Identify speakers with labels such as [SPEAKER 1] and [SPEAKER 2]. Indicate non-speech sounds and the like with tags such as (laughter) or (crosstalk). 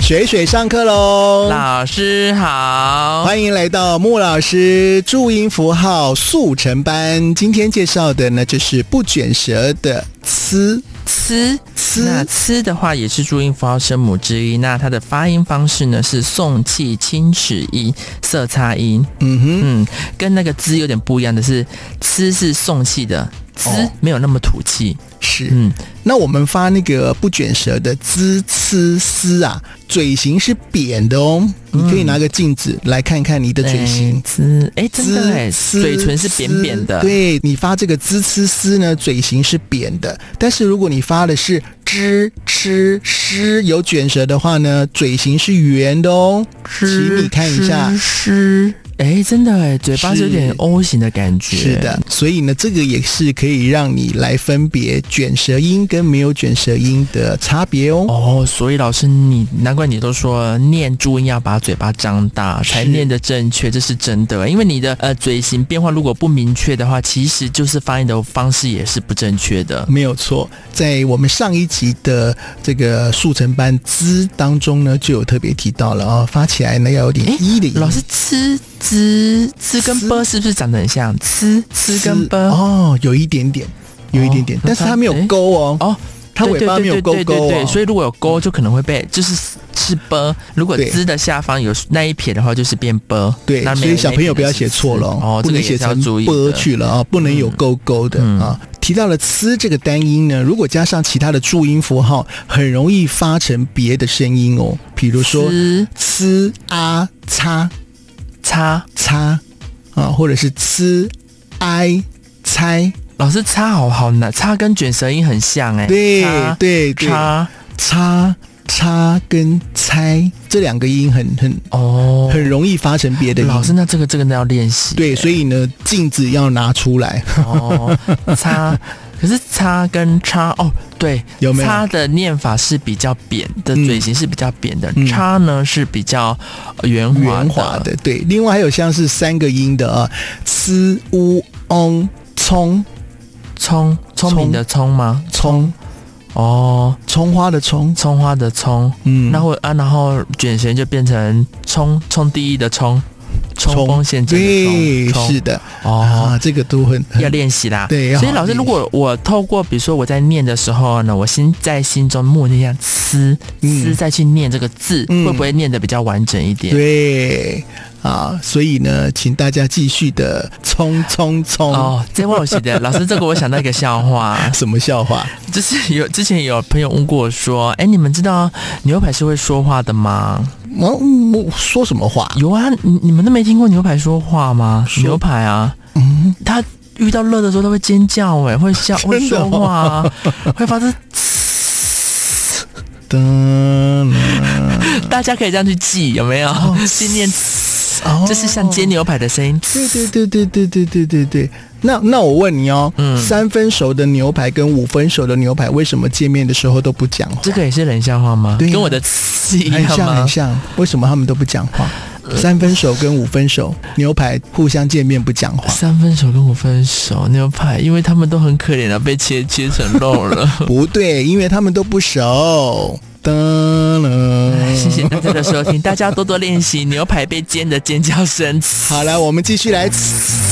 [SPEAKER 1] 水水上课喽！
[SPEAKER 2] 老师好，
[SPEAKER 1] 欢迎来到穆老师注音符号速成班。今天介绍的呢，就是不卷舌的“呲
[SPEAKER 2] 呲
[SPEAKER 1] 呲
[SPEAKER 2] 那呲的话也是注音符号声母之一，那它的发音方式呢是送气清齿音色擦音，”。
[SPEAKER 1] 嗯哼，
[SPEAKER 2] 嗯，跟那个滋有点不一样的是，呲是送气的，滋
[SPEAKER 1] 哦
[SPEAKER 2] 没有那么土气，
[SPEAKER 1] 是。
[SPEAKER 2] 嗯，
[SPEAKER 1] 那我们发那个不卷舌的“呲”“呲”“呲”啊，嘴型是扁的哦。你可以拿个镜子来看看你的嘴型。
[SPEAKER 2] 哎滋，哎，真的哎，
[SPEAKER 1] 呲
[SPEAKER 2] 嘴唇是扁扁的，
[SPEAKER 1] 呲对你发这个滋呲呲呢，嘴型是扁的。但是如果你发的是吱吃诗有卷舌的话呢，嘴型是圆的哦。
[SPEAKER 2] 吃，
[SPEAKER 1] 请你看一下
[SPEAKER 2] 吃，吃哎，真的哎，嘴巴是有点
[SPEAKER 1] 是
[SPEAKER 2] O 型的感觉，
[SPEAKER 1] 是的，所以呢，这个也是可以让你来分别卷舌音跟没有卷舌音的差别哦。
[SPEAKER 2] 哦，所以老师你难怪你都说念注音要把嘴巴张大才
[SPEAKER 1] 是
[SPEAKER 2] 念得正确，这是真的。因为你的呃嘴型变化如果不明确的话，其实就是发音的方式也是不正确的。
[SPEAKER 1] 没有错，在我们上一集的这个速成班滋当中呢，就有特别提到了哦，发起来呢要有点
[SPEAKER 2] 诶
[SPEAKER 1] 一的音。
[SPEAKER 2] 老师，吃吃吃跟
[SPEAKER 1] 吃
[SPEAKER 2] 啵是不是长得很像？吃吃跟啵哦
[SPEAKER 1] 哦，有一点点，有一点点
[SPEAKER 2] 哦，
[SPEAKER 1] 但是它没有勾哦，它尾巴没有勾
[SPEAKER 2] 对对
[SPEAKER 1] 勾
[SPEAKER 2] 对对对
[SPEAKER 1] 哦，
[SPEAKER 2] 对，所以如果有勾就可能会被就是是啵，如果
[SPEAKER 1] 对
[SPEAKER 2] 滋的下方有那一撇的话，就是变啵。
[SPEAKER 1] 对
[SPEAKER 2] 那，没
[SPEAKER 1] 所
[SPEAKER 2] 有
[SPEAKER 1] 以小
[SPEAKER 2] 那一
[SPEAKER 1] 朋友
[SPEAKER 2] 撇
[SPEAKER 1] 不要
[SPEAKER 2] 的是
[SPEAKER 1] 写错了
[SPEAKER 2] 哦，
[SPEAKER 1] 不
[SPEAKER 2] 这个
[SPEAKER 1] 能
[SPEAKER 2] 也
[SPEAKER 1] 写
[SPEAKER 2] 是要
[SPEAKER 1] 成
[SPEAKER 2] 注意
[SPEAKER 1] 波
[SPEAKER 2] 的
[SPEAKER 1] 去了啊，不能有勾勾的
[SPEAKER 2] 嗯
[SPEAKER 1] 啊。提到了“呲”这个单音呢，如果加上其他的注音符号，很容易发成别的声音哦，比如说
[SPEAKER 2] 吃
[SPEAKER 1] “呲”“啊”“擦
[SPEAKER 2] 擦。”“
[SPEAKER 1] 擦”啊，或者是“呲”“哀”“猜
[SPEAKER 2] 老师擦好好难，擦跟卷舌音很像哎、”，
[SPEAKER 1] 对
[SPEAKER 2] 擦
[SPEAKER 1] 对对，
[SPEAKER 2] 擦
[SPEAKER 1] 擦擦跟猜这两个音很很
[SPEAKER 2] 哦，
[SPEAKER 1] 很容易发成别的音。
[SPEAKER 2] 老师那这个这个那要练习、
[SPEAKER 1] 对，所以呢，镜子要拿出
[SPEAKER 2] (laughs)
[SPEAKER 1] 来，
[SPEAKER 2] 以哦擦，可是擦跟叉哦对，
[SPEAKER 1] 有没有？
[SPEAKER 2] 擦的念法是比较扁的，
[SPEAKER 1] 嗯
[SPEAKER 2] 嘴型是比较扁的，
[SPEAKER 1] 嗯
[SPEAKER 2] 叉呢是比较呃圆滑
[SPEAKER 1] 圆滑的，对。另外还有像是三个音的啊，呲、乌、翁、葱、
[SPEAKER 2] 葱聪明的葱吗？
[SPEAKER 1] 葱、
[SPEAKER 2] 哦，
[SPEAKER 1] 葱花的葱，
[SPEAKER 2] 葱花的葱，
[SPEAKER 1] 嗯，
[SPEAKER 2] 那会啊，然后卷舌就变成冲冲第一的冲，冲锋陷阵
[SPEAKER 1] 对
[SPEAKER 2] 的，冲，
[SPEAKER 1] 是
[SPEAKER 2] 冲
[SPEAKER 1] 的，
[SPEAKER 2] 哦。
[SPEAKER 1] 啊，这个都很很
[SPEAKER 2] (laughs) 要练习啦。
[SPEAKER 1] 对要好
[SPEAKER 2] 所以
[SPEAKER 1] 好
[SPEAKER 2] 老师，
[SPEAKER 1] 练
[SPEAKER 2] 如果我透过比如说我在念的时候呢，我心在心中默念一下“呲
[SPEAKER 1] 嗯
[SPEAKER 2] 呲”，再去念这个字，
[SPEAKER 1] 嗯
[SPEAKER 2] 会不会念的比较完整一
[SPEAKER 1] (laughs)
[SPEAKER 2] 点？
[SPEAKER 1] 对啊，所以呢，请大家继续的葱葱葱。
[SPEAKER 2] 哦，这我有
[SPEAKER 1] (laughs)
[SPEAKER 2] 写的。老师，这个我想到一个笑话，
[SPEAKER 1] 什么笑话？
[SPEAKER 2] 就是有之前有朋友问过我说：“哎，你们知道牛排是会说话的吗
[SPEAKER 1] 我、嗯、我说什么
[SPEAKER 2] (laughs)
[SPEAKER 1] 话？”？
[SPEAKER 2] 有啊，你你们都没听过牛排说话吗？
[SPEAKER 1] 说
[SPEAKER 2] 牛排啊，
[SPEAKER 1] 嗯，
[SPEAKER 2] 它遇到热的时候它会尖叫、哎，会笑，会
[SPEAKER 1] 真的
[SPEAKER 2] 说
[SPEAKER 1] 哦
[SPEAKER 2] 话啊，会发出。
[SPEAKER 1] 噔
[SPEAKER 2] 大家可以这样去记，有没有？今念
[SPEAKER 1] 哦
[SPEAKER 2] 就是像煎牛排的声音。
[SPEAKER 1] 对对对对对对对对对。那那我问你哦，
[SPEAKER 2] 嗯
[SPEAKER 1] 三分熟的牛排跟五分熟的牛排，为什么见面的时候都不讲话？
[SPEAKER 2] 这个也是冷笑话吗？
[SPEAKER 1] 对啊
[SPEAKER 2] 跟我的词一
[SPEAKER 1] 很
[SPEAKER 2] 样
[SPEAKER 1] 像
[SPEAKER 2] 吗呃
[SPEAKER 1] 很？像，为什么他们都不讲话？三分熟跟五分熟牛排互相见面不讲
[SPEAKER 2] (laughs)
[SPEAKER 1] 话，
[SPEAKER 2] 三分熟跟五分熟牛排，因为他们都很可怜了，啊被切切成肉了。
[SPEAKER 1] (laughs) 不对，因为他们都不熟。噔
[SPEAKER 2] 哎 (laughs) 谢
[SPEAKER 1] 了，
[SPEAKER 2] 谢大家的收听，大家多多练习牛排被煎的尖叫声。
[SPEAKER 1] 好了，我们继续来。呲